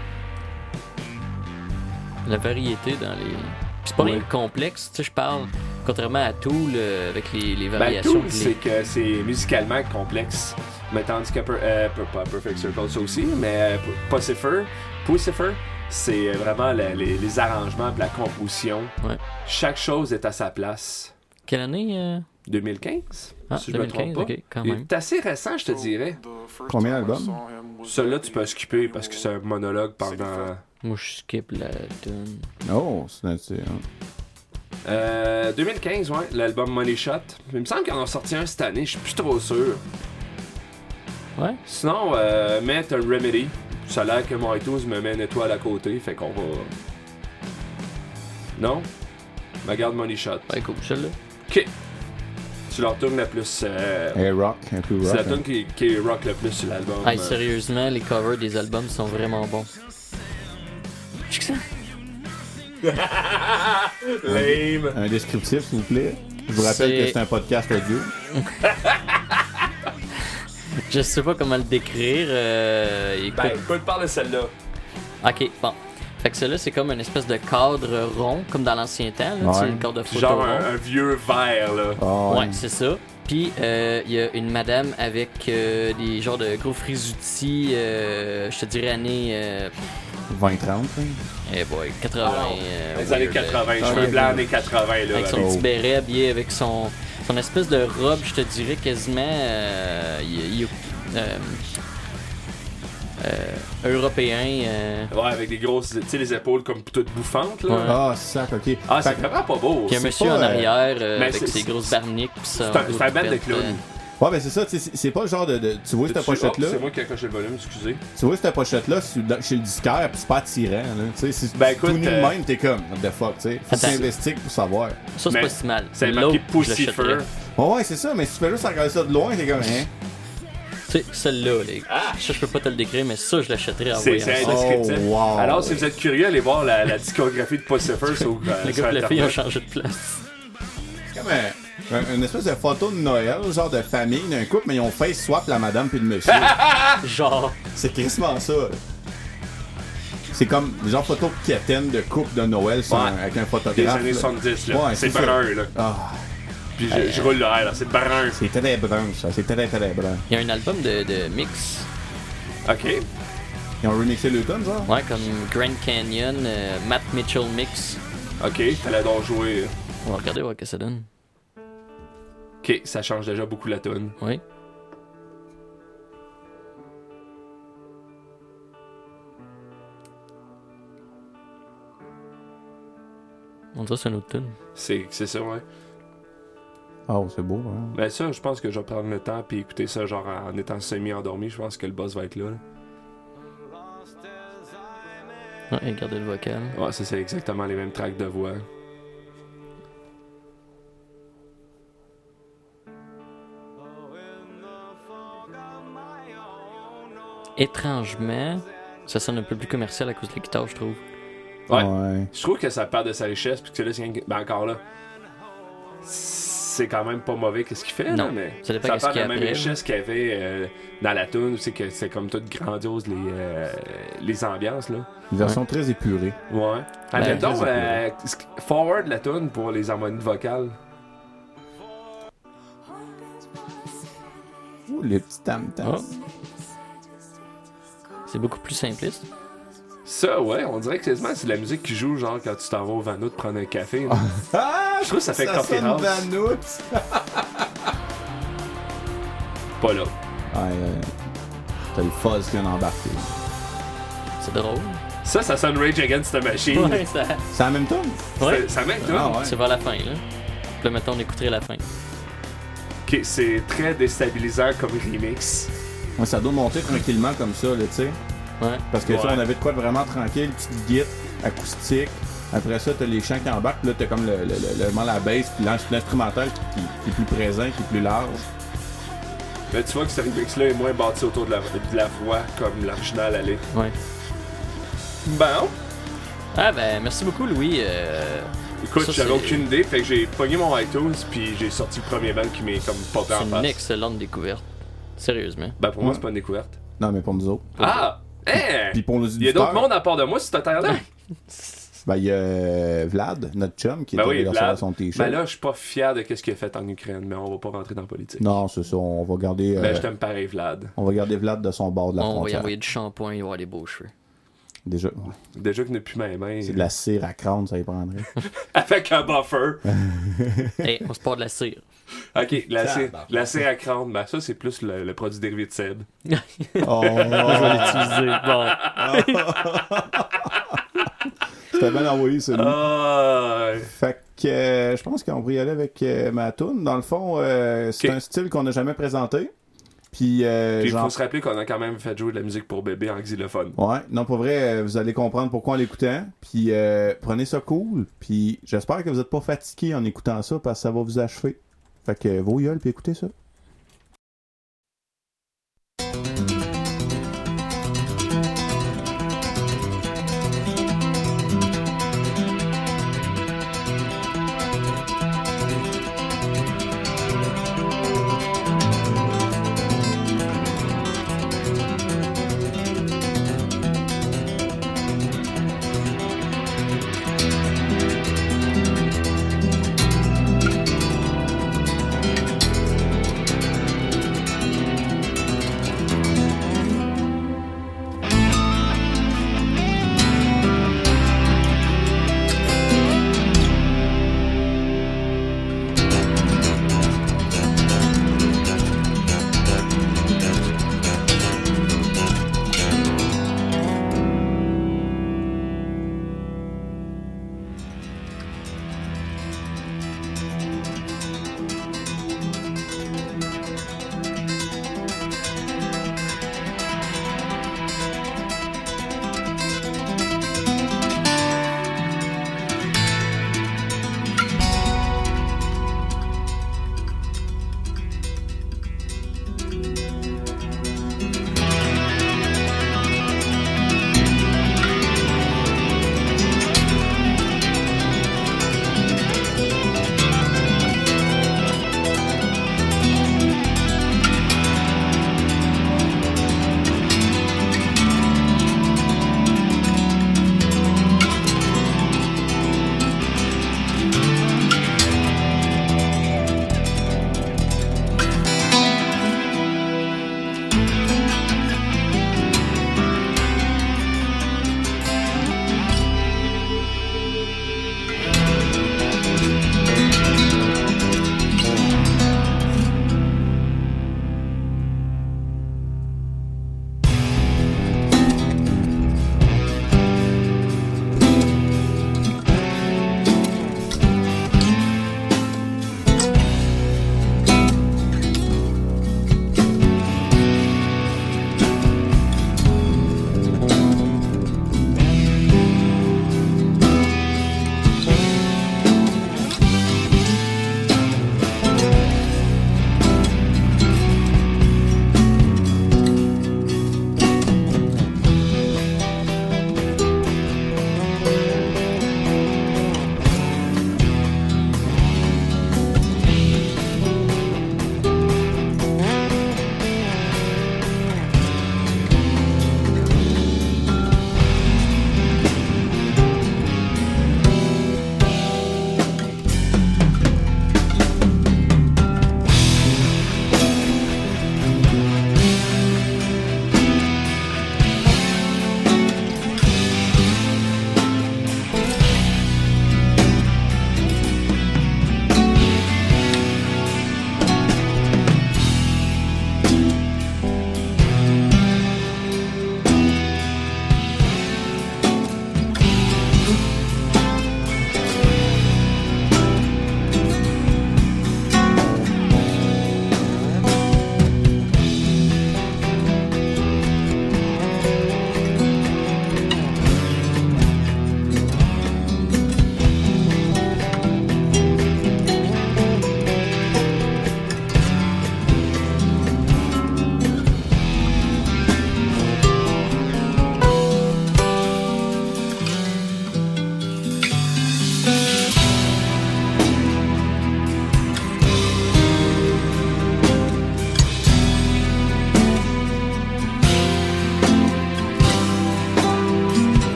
La variété dans les. Puis c'est pas Ouais. rien de complexe, tu sais, je parle. Contrairement à tout, le- avec les, les Ben, variations. tout, puis c'est les- que c'est musicalement complexe. Mais tandis que Per- euh, Per- pas Perfect Circle, ça aussi, mais euh, Pussifer, Pussifer, c'est vraiment le- les, les arrangements pis la composition. Ouais. Chaque chose est à sa place. Quelle année euh? 2015, Ah, si je me 2015, trompe pas. ok, quand Il même. est assez récent, je te dirais. Combien d'albums? Celui-là, tu peux skipper parce que c'est un monologue pendant... Moi, je skip la tune. Oh, c'est. c'est- Euh, 2015, ouais, l'album Money Shot. Il me semble qu'ils en ont sorti un cette année, je suis plus trop sûr. Ouais. Sinon, euh, Met un Remedy. Ça a l'air que mon iTunes me met une étoile à côté, fait qu'on va... Non? Mais Regarde Money Shot. Ouais, cool, celle-là. Ok. Tu c'est leur tune la plus. euh, Et rock, un peu rock. c'est la hein. tune qui, qui rock le plus sur l'album. Hey, euh. sérieusement, les covers des albums sont vraiment bons. [laughs] Check ça. euh, Lame. Un descriptif, s'il vous plaît. Je vous rappelle C'est- que c'est un podcast audio. Je sais pas comment le décrire. euh, écoute. Ben, écoute, parle de celle-là. Ok, bon. Fait que celle-là, c'est comme une espèce de cadre rond, comme dans l'ancien temps. Là, Ouais. C'est une corde de photo Genre rond. un, un vieux verre, là. Ah, Ouais, c'est ça. Puis euh, il y a une madame avec euh, des genres de gros frisutis, euh, je te dirais années euh, 20-30. hein. eh boy, 80. euh, Les années weird, 80, euh, cheveux ouais. blancs années 80, là. Avec son avec- petit béret habillé avec son, son espèce de robe, je te dirais quasiment euh, y- y- euh, euh, européen. euh, Ouais, avec des grosses, tu sais, les épaules comme toutes bouffantes, là. Ouais. Ah, sac, ok. Ah, c'est Fait que- vraiment pas beau. Puis un C'est monsieur pas, en euh, arrière euh, mais avec c'est- ses grosses barniques. puis son c'est un- gros c'est un band de toupette, clowns. euh, Ouais, ben c'est ça, tu sais, c'est c'est pas le genre de. de- tu vois cette T'as-tu- pochette-là, Oh, c'est moi qui ai accroché le volume, excusez. tu vois cette pochette-là sur- dans- chez le disquaire, pis c'est pas attirant, là. Tu sais, c'est Ben, tout écoute, nu de euh, même, t'es comme, what the fuck, tu sais. Faut Attends. s'investir pour savoir. Ça, c'est Mais pas si mal. C'est L'autre, marqué je Pussyfer. l'achèterais. Ouais, ouais, c'est ça, mais si tu fais juste regarder ça de loin, t'es comme, hein. Tu sais, celle-là, les... ça, je peux pas te le décrire, mais ça, je l'achèterais en Ah. C'est voyant c'est ça. un- indescriptif. Oh, wow. Alors, si vous êtes curieux, allez voir la, la discographie de Pussyfer sur, euh, Les sur gars et la fille ont Internet. changé de place. C'est comme un- un- une espèce de photo de Noël, genre de famille, d'un couple, mais ils ont face swap la madame puis le [laughs] monsieur. Genre, c'est crissement ça. là. C'est comme genre photo de quétaine de couple de Noël sur Ouais. un- avec un photographe. Des années là. 70, là. Ouais, c'est ça. brun, là. Ah, Puis je, je roule le R, là. C'est brun. c'est très brun, ça. C'est très, très brun. il y a un album de, de mix, OK. Ils ont remixé le tune, genre? ouais, comme Grand Canyon, euh, Matt Mitchell mix. OK. Fallait donc jouer. On va regarder voir ce que ça donne. OK. Ça change déjà beaucoup la tonne. Oui. On dirait que c'est un autre tune. C'est c'est ça, ouais. Oh, c'est beau, hein. Ben ça, je pense que je vais prendre le temps puis écouter ça, genre en étant semi-endormi. Je pense que le boss va être là. là. Ouais, regardez le vocal. Ouais, ça, c'est exactement les mêmes tracks de voix. Étrangement, ça sonne un peu plus commercial à cause de la guitare, je trouve. Ah, Ouais. Je trouve que ça perd de sa richesse puis que là, c'est rien que- ben, encore là. C'est quand même pas mauvais qu'est-ce qu'il fait, là, Non. mais Ça dépend ça qu'est-ce perd qu'il la y a même après. richesse qu'il y avait euh, dans la tune, c'est que c'est comme tout grandiose les, euh, les ambiances là. Une version très épurée. Ouais. Ben, Admettons, très euh, forward la tune pour les harmonies vocales. Ouh, les petits tam Ah. C'est beaucoup plus simpliste. Ça, ouais, on dirait que quasiment, c'est de la musique qui joue, genre quand tu t'en vas au Vano de prendre un café. là. Ah, Je trouve que ça fait ça coffee sonne house. Vanout. pas là. Ouais, euh, t'as le fuzz qui vient d'embarquer. C'est drôle. Ça, ça sonne Rage Against the Machine. ça. C'est la même tune? C'est- Ouais. Ça même, Ah, toi. ouais. C'est vers la fin, là. Puis Là, maintenant, on écouterait la fin. Ok, c'est très déstabilisant comme remix. Ouais, ça doit monter tranquillement comme ça, là, tu sais. Ouais. Parce que Ouais. ça, on avait de quoi de vraiment tranquille, petite guitare acoustique. Après ça, t'as les chants qui embarquent, puis là, t'as comme le, le, le- vraiment la bass, puis l'in- l'instrumental qui, qui est plus présent, qui est plus large. Mais tu vois que ce remix-là est moins bâti autour de la, de la voix comme l'original allait. Ouais. Bon, Ah, ben, merci beaucoup, Louis. Euh, écoute, Ça, j'avais c'est- aucune idée, fait que j'ai pogné mon iTunes, puis j'ai sorti le premier band qui m'est comme popé c'est en une face. excellente découverte. Sérieusement. Ben pour moi, Ouais. c'est pas une découverte. Non, mais pour nous autres. Ah! Hein! Puis pour nos Il y a d'autres auditeurs, mondes à part de moi sur cette terre-là. ben, il y a euh, Vlad, notre chum, qui Ben est oui, allé Vlad. recevoir son t-shirt. Ben là, je suis pas fier de ce qu'il a fait en Ukraine, mais on va pas rentrer dans la politique. Non, c'est ça, on va garder... euh, Ben, je t'aime pareil, Vlad. on va garder Vlad de son bord de la on va y frontière. envoyer du shampoing, il va y avoir des [laughs] beaux cheveux. Déjà, ouais. Déjà qu'il n'a plus ma main. c'est de la cire à crâne, ça y prendrait. [laughs] Avec un buffer. hey, on se porte de [laughs] la cire. ok, la Ça, cire- bah. la cire à crâne. Ben, ça, c'est plus le, le produit dérivé de Seb. Hmm. oh, Utilisé. Bon. c'était bien envoyé, celui Ah! Fait que euh, je pense qu'on pourrait y aller avec euh, ma toune. Dans le fond, euh, c'est Ok. un style qu'on n'a jamais présenté. Puis, euh, Puis il j'en- faut se rappeler qu'on a quand même fait jouer de la musique pour bébé en xylophone. Ouais, non, pour vrai, euh, vous allez comprendre pourquoi en l'écoutant. Puis euh, prenez ça cool. Puis j'espère que vous n'êtes pas fatigué en écoutant ça parce que ça va vous achever. Fait Fait que euh, vos gueules, puis écoutez ça.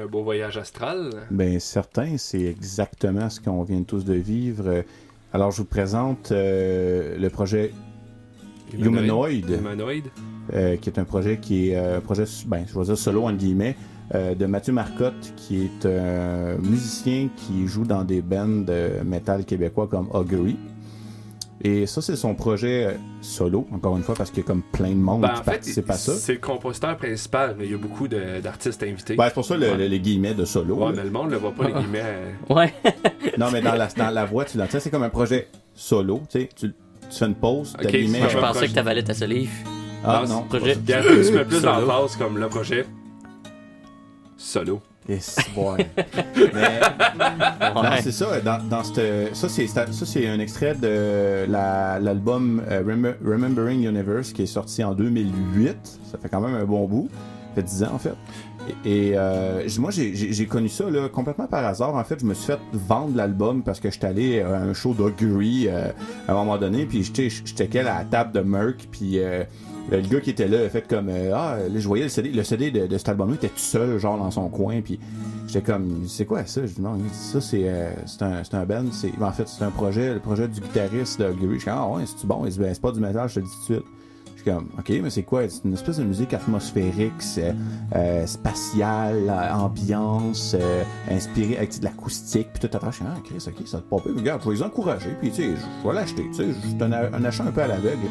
Un beau voyage astral. hein? Ben certain, c'est exactement ce qu'on vient tous de vivre. Euh, Alors je vous présente euh, le projet Humanoid, Humanoïde. euh, qui est un projet qui est euh, un projet, ben je vais dire solo entre guillemets, euh, de Mathieu Marcotte, qui est un musicien qui joue dans des bands de métal québécois comme Augury. Et ça, c'est son projet euh, solo, encore une fois, parce qu'il y a comme plein de monde Ben, qui en fait, participe à ça. c'est le compositeur principal, mais il y a beaucoup de- d'artistes invités. Ben, c'est pour ça le- Ouais. le- les guillemets de solo. Ouais, là. mais le monde le voit pas, les guillemets. euh, Ouais. Non, mais dans la, dans la voix, tu l'entends. C'est comme un projet solo. Tu, sais, tu, tu fais une pause, tu Ok, t'as mis c'est un- un Je pensais projet. que t'avalais ta salive. Ah non, c'est non, un projet. Il y a un petit peu plus Solo. d'emphase comme le projet solo. Et c'est- ouais. Mais- Ah, non, Ah, ben, c'est ça. Dans, dans cette, ça, c'est, ça, c'est un extrait de la- l'album euh, Remem- Remembering Universe qui est sorti en 2008. Ça fait quand même un bon bout. Ça fait 10 ans, en fait. Et, et, euh, j- moi, j'ai, j'ai- j'ai connu ça là, complètement par hasard. En fait, je me suis fait vendre l'album parce que j'étais allé à un show d'Augury euh, à un moment donné. Puis j'étais, j'étais à la table de Merck. Puis euh, le gars qui était là a fait comme euh, Ah, là, je voyais le CD, le CD de, de cet album-là était tout seul, genre dans son coin. Puis j'étais comme C'est quoi ça Je dis Non, il dit, ça, c'est, euh, c'est, un, c'est un band. C'est, en fait, c'est un projet, le projet du guitariste d'Augury. Je suis comme Ah, ouais, c'est-tu bon Il dit Ben, c'est pas du métal, je te le dis tout de suite. Je suis comme, ok, mais c'est quoi? C'est une espèce de musique atmosphérique, c'est, euh, spatiale, euh, ambiance, euh, inspirée avec tu sais, de l'acoustique, puis tout à l'heure, je suis, ah, Chris, ok, ça te pompe. Regarde, je vais les encourager, puis tu sais, je vais l'acheter, tu sais, c'est un, un achat un peu à l'aveugle.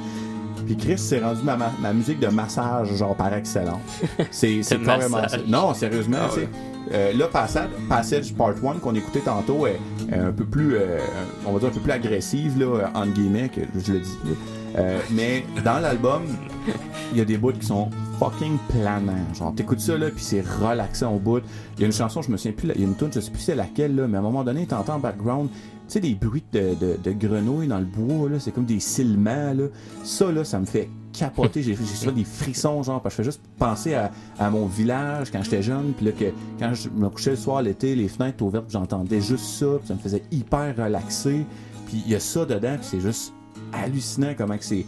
Puis Chris, c'est rendu ma, ma- ma musique de massage, genre par excellence. [laughs] C'est, c'est De carrément massage. ça. Non, sérieusement, Ah tu sais, ouais. euh, là, Passage, Passage Part 1 qu'on écoutait tantôt est, est un peu plus, euh, on va dire un peu plus agressive, là, euh, entre guillemets, que je le dis. là. Euh, mais dans l'album, il y a des bouts qui sont fucking planants. Genre, t'écoutes ça, là, puis c'est relaxant au bout. Il y a une chanson, je me souviens plus, la- il y a une tune, je sais plus c'est laquelle, là, mais à un moment donné, t'entends en background, tu sais, des bruits de, de, de grenouilles dans le bois, là, c'est comme des silements, là. Ça, là, ça me fait capoter. J'ai j'ai souvent des frissons, genre, parce que je fais juste penser à, à mon village quand j'étais jeune, puis là, que quand je me couchais le soir, l'été, les fenêtres étaient ouvertes, puis j'entendais juste ça, puis ça me faisait hyper relaxer. Puis il y a ça dedans, puis c'est juste hallucinant comment que c'est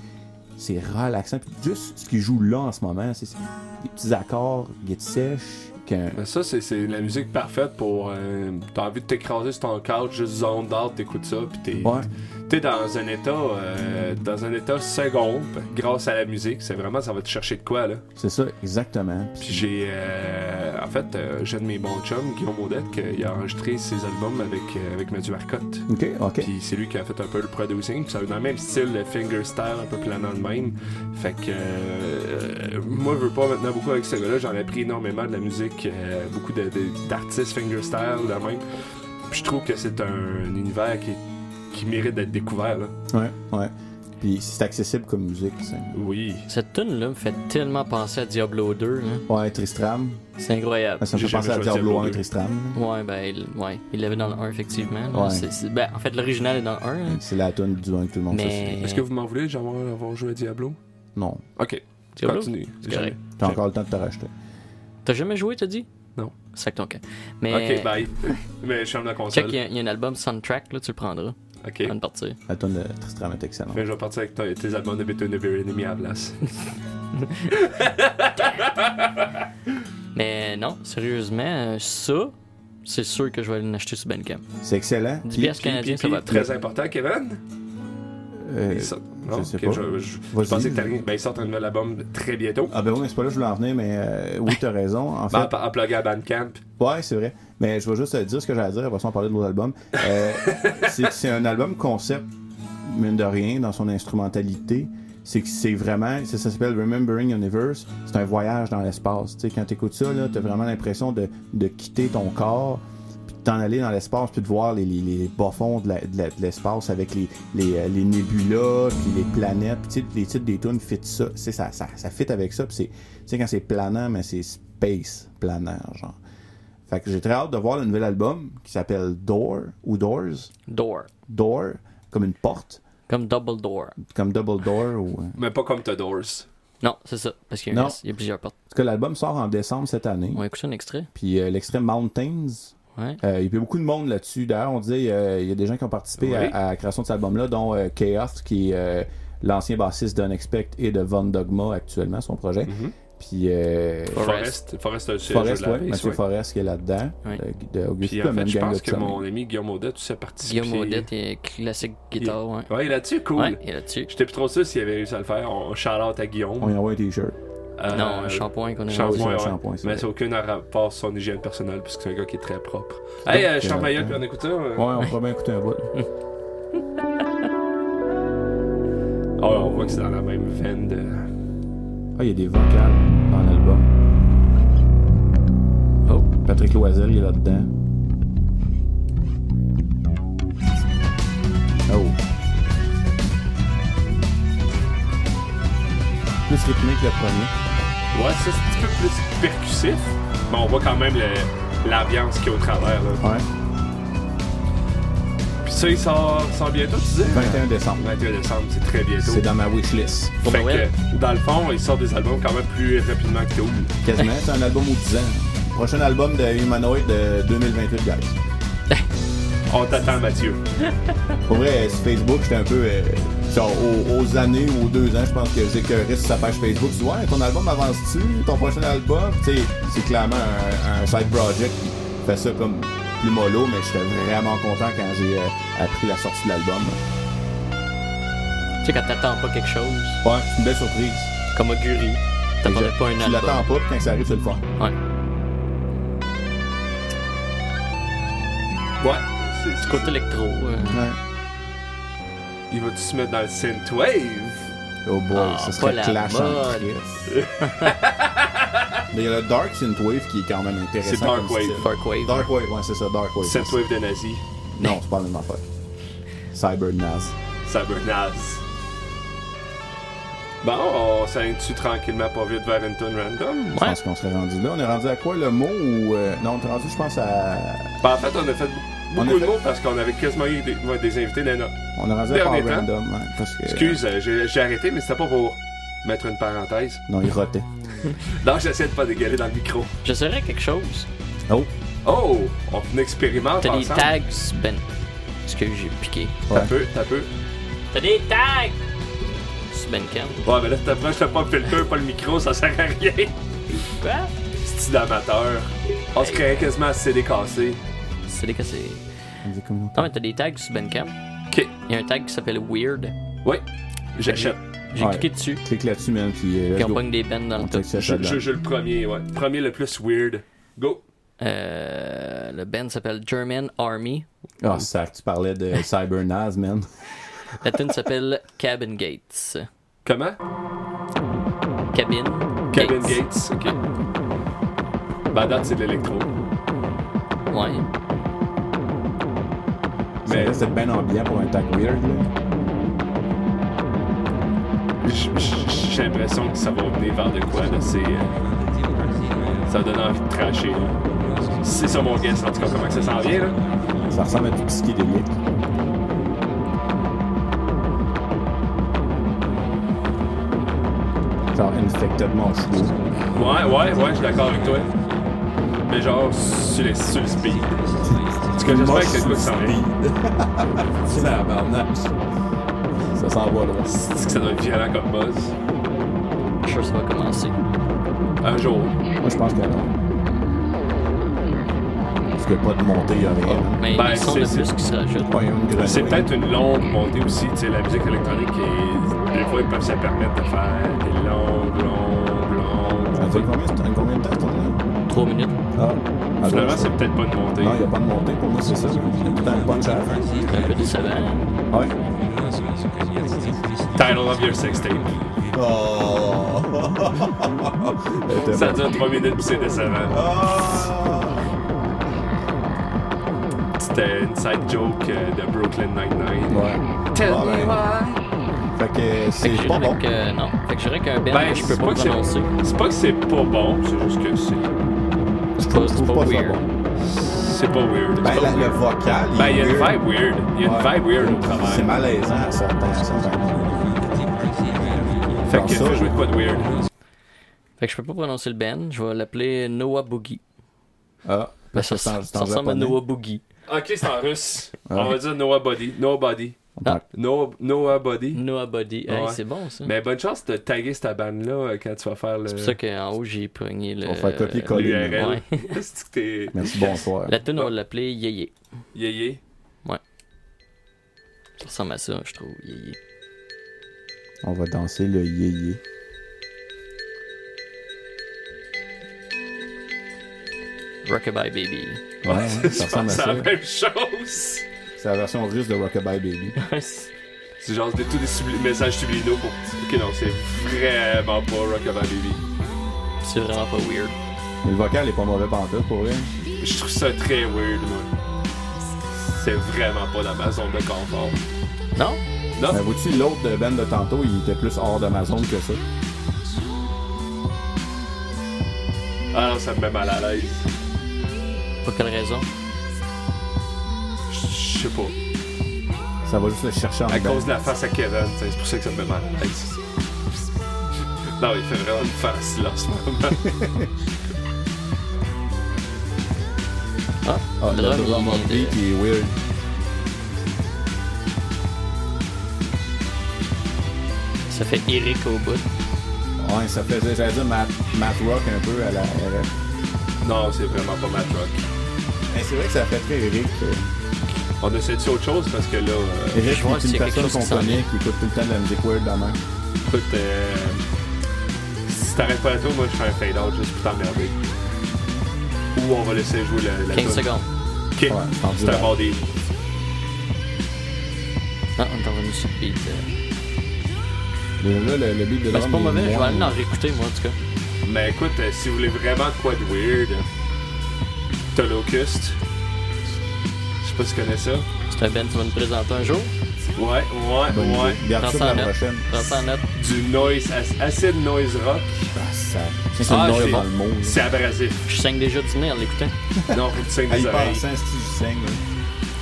c'est relaxant. Puis juste ce qu'ils jouent là en ce moment, c'est c'est des petits accords, guitare sèche, qu'un- Ben, ça, c'est- c'est la musique parfaite pour. euh, T'as envie de t'écraser sur ton couch, juste zone d'art, t'écoutes ça, puis t'es Ouais. t'es dans un état euh, dans un état second grâce à la musique. C'est vraiment, ça va te chercher de quoi, là. C'est ça, exactement. Puis j'ai. euh, en fait, euh, j'ai un de mes bons chums, Guillaume Audette, qui a enregistré ses albums avec, euh, avec Mathieu Marcotte. Ok, ok. Puis c'est lui qui a fait un peu le producing. Puis ça a eu dans le même style, le fingerstyle, un peu planant de même. Fait que euh, moi, je veux pas maintenant beaucoup avec ce gars-là. J'en ai appris énormément de la musique, euh, beaucoup de- de- d'artistes fingerstyle, de même. Puis je trouve que c'est un, univers qui, qui mérite d'être découvert. là. Ouais, ouais. Puis c'est accessible comme musique. c'est- Oui. Cette tune là me fait tellement penser à Diablo 2. hein. Ouais, Tristram. Ah, C'est incroyable. Ça me J'ai fait penser jamais à joué à Diablo Diablo 1 deux. Tristram. Ouais, ben, il, ouais, il l'avait dans le 1, effectivement. là. Ouais. C'est- c'est- ben, en fait, l'original est dans le 1. hein. C'est la tonne du 1 que tout le monde Mais. Est-ce que vous m'en voulez d'avoir avoir joué à Diablo sait. Non. Ok, Diablo? continue. C'est correct. T'as encore le temps de te racheter. T'as jamais joué, t'as dit Non. Sac ton camp. Mais. Ok, ben, bye. [laughs] Mais je ferme la Check, console. il y, a- il y a un album soundtrack, là, tu le prendras Ok. avant de partir. La tonne de Tristram est excellente. Mais je vais partir avec ta- tes albums de Beethoven of Your Enemy à la place. Mais non, sérieusement, euh, ça, c'est sûr que je vais aller l'acheter sur Bandcamp. C'est excellent. 10 Puis- piastres canadiens, ça va Puis, très important, Kevin. euh, Ils sortent- non, sais ok, pas. Je, je- je Vas-y. pensais que t'allais- ben, ils sortent un nouvel album très bientôt. Ah ben oui, mais c'est pas là que je voulais en venir, mais euh, oui, t'as raison. En fait, Ben, en, en pluguant à Bandcamp. Ouais, c'est vrai. Mais je vais juste euh, dire ce que j'ai à dire, après ça on parler de l'autre album. Euh, c'est que c'est un album concept, mine de rien, dans son instrumentalité. C'est que c'est vraiment, c'est- ça s'appelle Remembering Universe, c'est un voyage dans l'espace. Tu sais, quand t'écoutes ça, là, t'as vraiment l'impression de, de quitter ton corps, puis de t'en aller dans l'espace, puis de voir les, les, les bas-fonds de, la- de la- de l'espace avec les, les, euh, les nébulas, puis les planètes, puis tu sais, les titres des tunes fit ça, Tu sais, ça, ça, ça fit avec ça, puis c'est, tu sais, quand c'est planant, mais c'est space planant, genre. Fait que j'ai très hâte de voir le nouvel album qui s'appelle Door ou Doors. Door. Door, comme une porte, Comme Double Door. comme Double Door. Ou... euh, En Mais pas comme The Doors. Non, c'est ça. Parce qu'il y, a un Non. S, il y a plusieurs portes. tout cas, l'album sort en décembre cette année. On va écouter un extrait. Puis euh, l'extrait Mountains. Ouais. euh, il y a beaucoup de monde là-dessus. D'ailleurs, on disait, euh, il y a des gens qui ont participé Ouais. à, à la création de cet album-là, dont euh, Chaos, qui est euh, l'ancien bassiste d'Unexpect et de Von Dogma actuellement, son projet. Puis euh, Forest. Forest, Mm-hmm. c'est un jeu Forest, de la ouais, base, Mathieu ouais. Forest qui est là-dedans, euh, Ouais. de, de Auguste, Puis le en fait, même je gang pense de que mon ami Guillaume Audet, tout ça participé. Guillaume Odette et classique guitare, ouais. Ouais, là-dessus, cool. Ouais, il est là-dessus. J'étais plus trop sûr s'il avait réussi à le faire. On shout-out à Guillaume. On lui envoie un t-shirt. Euh, Non, Shampoing qu'on a Shampoing, oui, ouais. Shampoing, c'est Mais vrai. c'est aucun rapport à son hygiène personnelle, puisque c'est un gars qui est très propre. Hey, euh, je suis en euh, maillot, euh, puis on écoute ça. euh. Ouais, on pourrait bien écouter un bout. Oh, on voit que c'est dans la même veine de. Ah, il y a des vocales dans l'album. Oh. Patrick Loisel, il est là-dedans. Oh. Plus rythmé que le premier. Ouais, ça, c'est un petit peu plus percussif, mais on voit quand même le- l'ambiance qu'il y a au travers. Là. Ouais. Puis ça, il sort, sort bientôt, tu disais 21 décembre. 21 décembre, c'est très bientôt. C'est dans ma wishlist. Pour Fait Noël. que, dans le fond, il sort des albums quand même plus rapidement que Tool. Quasiment, c'est un album aux 10 ans. Prochain album de Humanoid de 2028, guys. On t'attend, Mathieu. Pour vrai, euh, sur Facebook, j'étais un peu. euh, genre, aux, aux années ou aux deux ans, je pense que j'ai que sur sa page Facebook. Tu dis, ouais, ton album avance-tu Ton prochain album Tu sais, c'est clairement un, un side project qui fait ça comme plus mollo, mais j'étais vraiment content quand j'ai euh, appris la sortie de l'album. Tu sais, quand t'attends pas quelque chose, Ouais, c'est une belle surprise. comme Augury, t'attendais pas un tu l'attends album. pas, puis quand ça arrive, c'est le fun. Ouais. Ouais. c'est- c'est- Côté électro, euh, Ouais. Il va-tu se mettre dans le synthwave? Oh boy, Ah, ça pas serait la clash en mode. crise. Mais il y a le Dark Synthwave qui est quand même intéressant. C'est Dark comme Wave. style. Dark Wave. Dark Wave, ouais, c'est ça, Dark Wave. Synthwave de nazi. Non, c'est pas la même affaire. Cyber Naz. Sabernaz. Bon, on s'aligne-tu tranquillement pas vite vers une tune random? Je pense qu'on serait rendu là. On est rendu à quoi le mot ou. euh, Non, on est rendu, je pense, à. Ben, en fait, on a fait On beaucoup a de fait- mots parce qu'on avait quasiment eu des, ouais, des invités dans notre- On est rendu à Dernier Power temps. Random. hein, parce que... Excuse, euh, j'ai j'ai arrêté, mais c'était pas pour mettre une parenthèse. euh, Non, il rotait. Donc, j'essaie de pas dégaler dans le micro. J'essaierais quelque chose. Oh! Oh! On expérimente Ah, T'as des ensemble. tags, Ben. Est-ce que j'ai piqué? T'as Ouais. peu, t'as peu. T'as des tags! Sur Bandcamp. Ouais, mais là, t'approches le pas le filter, pas le micro, ça sert à rien. Quoi? Style amateur. On se créait quasiment à CD cassé. C'est des cassés. On dit comme Non, mais t'as des tags sur Bandcamp. Ok. Il y a un tag qui s'appelle Weird. Oui. J'achète. J'ai Ouais. cliqué dessus. Clique là-dessus, man, puis. euh, Puis let's on go. pogne des bands dans On le check top. ça, ça Je, dedans. je, je le premier, ouais. Premier le plus weird. Go. Euh, le band s'appelle German Army. Ah, sac, tu [laughs] parlais de Cyber Naz, man. La tune s'appelle [laughs] Cabin Gates. Comment? Cabin. Kevin Gates. Ok. Ben, à date, c'est de l'électro. Ouais. Mais- Mais c'est bien ambiant pour un tag weird, là. J- j- J'ai l'impression que ça va venir vers de quoi, là. C'est. euh, Ça donne envie de tracher, là. C'est ça mon guess, en tout cas, comment que ça s'en vient, là. Ça ressemble à du psychédélique. Genre infected marshmallow. Ouais, ouais, ouais, je suis d'accord avec toi. Mais genre, sur le, sur le speed. En tout cas, j'espère que c'est de quoi que ça s'en vient. C'est la barnaque. Ça s'en va, là. C'est que ça doit être violent comme buzz. Je suis sûr que ça va commencer. Un jour. Moi, je pense que non. Parce que pas de montée, il y a rien. Mais Ben, les sons c'est- de c'est- plus qui se rajoutent. Pas une grenouille. C'est peut-être une longue montée aussi, tu sais, la musique électronique, est... des fois, ils peuvent se permettre de faire des longues, longues, Ça longues. fait combien, ça fait combien de temps, ton 3 minutes. Ah. Ah, Finalement, bon, c'est peut-être pas une montée. Non, il n'y a pas de montée pour moi, c'est ça. Il y a peut-être un punch à la fin. Ah C'est un peu décevant. Ouais. Title of your sex tape. [laughs] Oh! Ah. Ça dure 3 minutes puis c'est décevant. Ah. C'était une side joke euh, de Brooklyn Nine-Nine. Ouais. Tell Ah, me ben, why. Fait que Fait que c'est je pas bon. dirais que non. Fait que je dirais qu'un band Ben, que je peux c'est pas pas que c'est- prononcer. C'est pas que c'est pas bon, c'est juste que c'est. Je pas- c'est pas ça weird. bon. C'est pas weird. C'est Ben, pas la- le weird. vocal, il Ben, il y a une est weird. vibe weird. Il y a une vibe weird au C'est travail. malaisant ben, à certains. à certains. Fait Dans que ça, faut jouer de quoi de weird. Fait que je peux pas prononcer le band. Je vais l'appeler Noah Boogie. Ah, parce que ça, c'est en- ça c'est en ressemble à japonais. Noah Boogie. Ok, c'est en russe. Ouais. On va dire nobody. Nobody. On parle- No, Noah Body. Noah Body. Hey, Ouais. c'est bon ça. Mais bonne chance de taguer cette bande-là euh, quand tu vas faire le. C'est pour ça qu'en haut, j'ai pogné le. On va faire copier-coller. l'URL. Ouais. [laughs] C'est que t'es. Merci, bonsoir. La tune, on va l'appeler Yéyé. Yeah, yeah. Ça ressemble à ça, je trouve. Yéyé. On va danser le yéyé. Rockabye [laughs] Baby. Ouais, ouais, Je ça ressemble pense à ça. la même chose. C'est la version russe de Rockabye Baby. C'est genre des, tous des subli- messages subliminaux pour. Ok, non, c'est vraiment pas Rockabye Baby. c'est vraiment pas weird. Mais le vocal est pas mauvais pantoute pour vrai. Je trouve ça très weird, moi. C'est vraiment pas dans ma zone de confort. Non? Non? Mais vois-tu, l'autre de band de tantôt, il était plus hors de ma zone que ça. Ah non, ça me met mal à l'aise. Pour quelle raison? Je je sais pas. Ça va juste le chercher en À dedans. cause de la face à Kevin, tu sais, c'est pour ça que ça me met mal à l'aise. Non, il fait vraiment une face là en ce moment. [laughs] Ah, Ah, le drum, drum il of est- beat, il est weird. Ça fait Eric au bout. Ouais, ça faisait, j'allais dire, math, math rock un peu à la RF. non, c'est vraiment pas ma truck. Mais c'est vrai que ça fait très Eric. euh, On essaie de autre chose parce que là, euh, Eric, Je vois c'est s'il une y a quelque personne chose qu'on qui s'en connaît qui écoute tout le temps de la musique weird dans la main. écoute, euh, si t'arrêtes pas la tour, moi je fais un fade out juste pour t'emmerder. Ou on va laisser jouer la, la 15 toune. secondes. Ok, Ouais, rendu c'est un là. bon deal. Ah, on est revenu sur le beat. euh. Le- Là, le, le beat de Ben, c'est drum pas est mauvais, je vais moins- aller en réécouter, moi, en tout cas. Mais écoute, euh, si vous voulez vraiment de quoi de weird, t'as Locust. Je sais pas si tu connais ça. C'est un Ben, tu vas nous présenter un jour. Ouais, ouais, Bonne idée. ouais. Garde Prends ça ça en pour la note. prochaine. Prends ça en note. Du noise, ac- acid noise rock. Ah, ça. C'est Ah, une c'est- noise dans le mot. là. C'est abrasif. Je saigne déjà du nez en l'écoutant. Non, faut que tu saignes Ah, il les oreilles. pense, hein, si je saigne. là.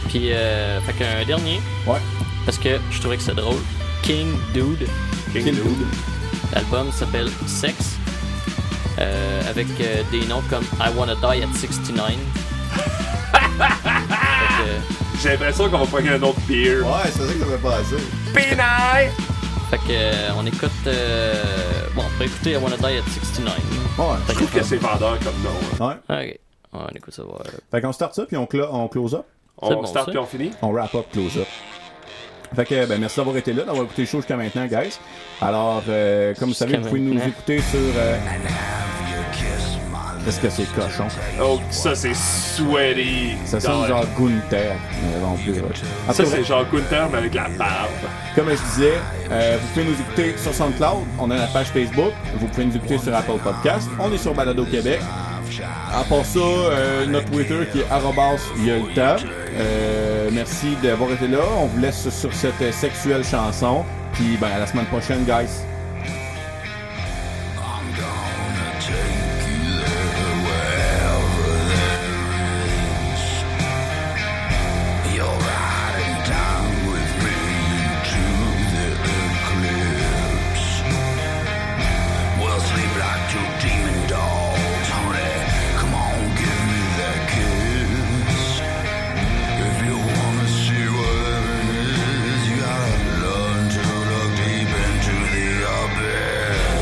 Puis, euh, fait qu'un dernier, Ouais. parce que je trouvais que c'est drôle. King Dude. King King Dude. Dude. L'album s'appelle Sex. euh, avec euh, des noms comme I Wanna Die at 69. Fait que, J'ai l'impression qu'on va prendre un autre beer. Ouais, c'est ça que ça fait passer. Pénal! Fait que euh, on écoute euh, bon on peut écouter I Wanna Die at 69. Je Ouais. trouve que c'est vendeur comme nom. hein. Ouais. Ok. On écoute ça voir. Fait qu'on start ça, puis on, cla- on close up. On C'est bon, start ça. puis on finit. On wrap up, close up. Fait que, ben, merci d'avoir été là, d'avoir écouté le show jusqu'à maintenant, guys. Alors, euh, comme vous savez, Jusqu'à vous pouvez nous maintenant. écouter sur. euh, Qu'est-ce que c'est cochon? Oh, ça c'est sweaty. Ça sonne Ouais. genre Gunther, mais en plus. ouais. En Ça tout cas, c'est genre Gunther mais avec la barbe. Comme je disais, euh, vous pouvez nous écouter sur SoundCloud, on a la page Facebook, vous pouvez nous écouter sur Apple Podcast, on est sur Balado Québec. À part ça, euh, notre Twitter qui est arrobas yolta. Euh, merci d'avoir été là. On vous laisse sur cette euh, sexuelle chanson. Puis ben, à la semaine prochaine, guys. Deep into the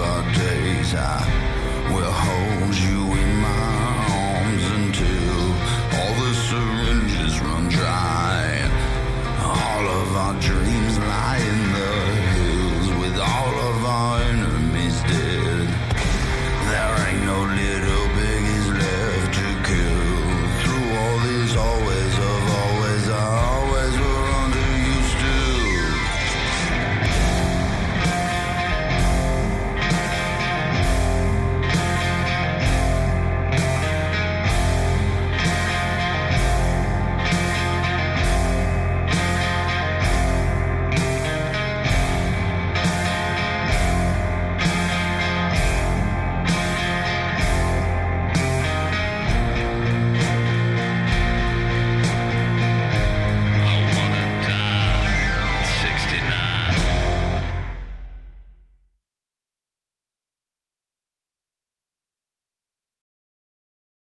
I will hold you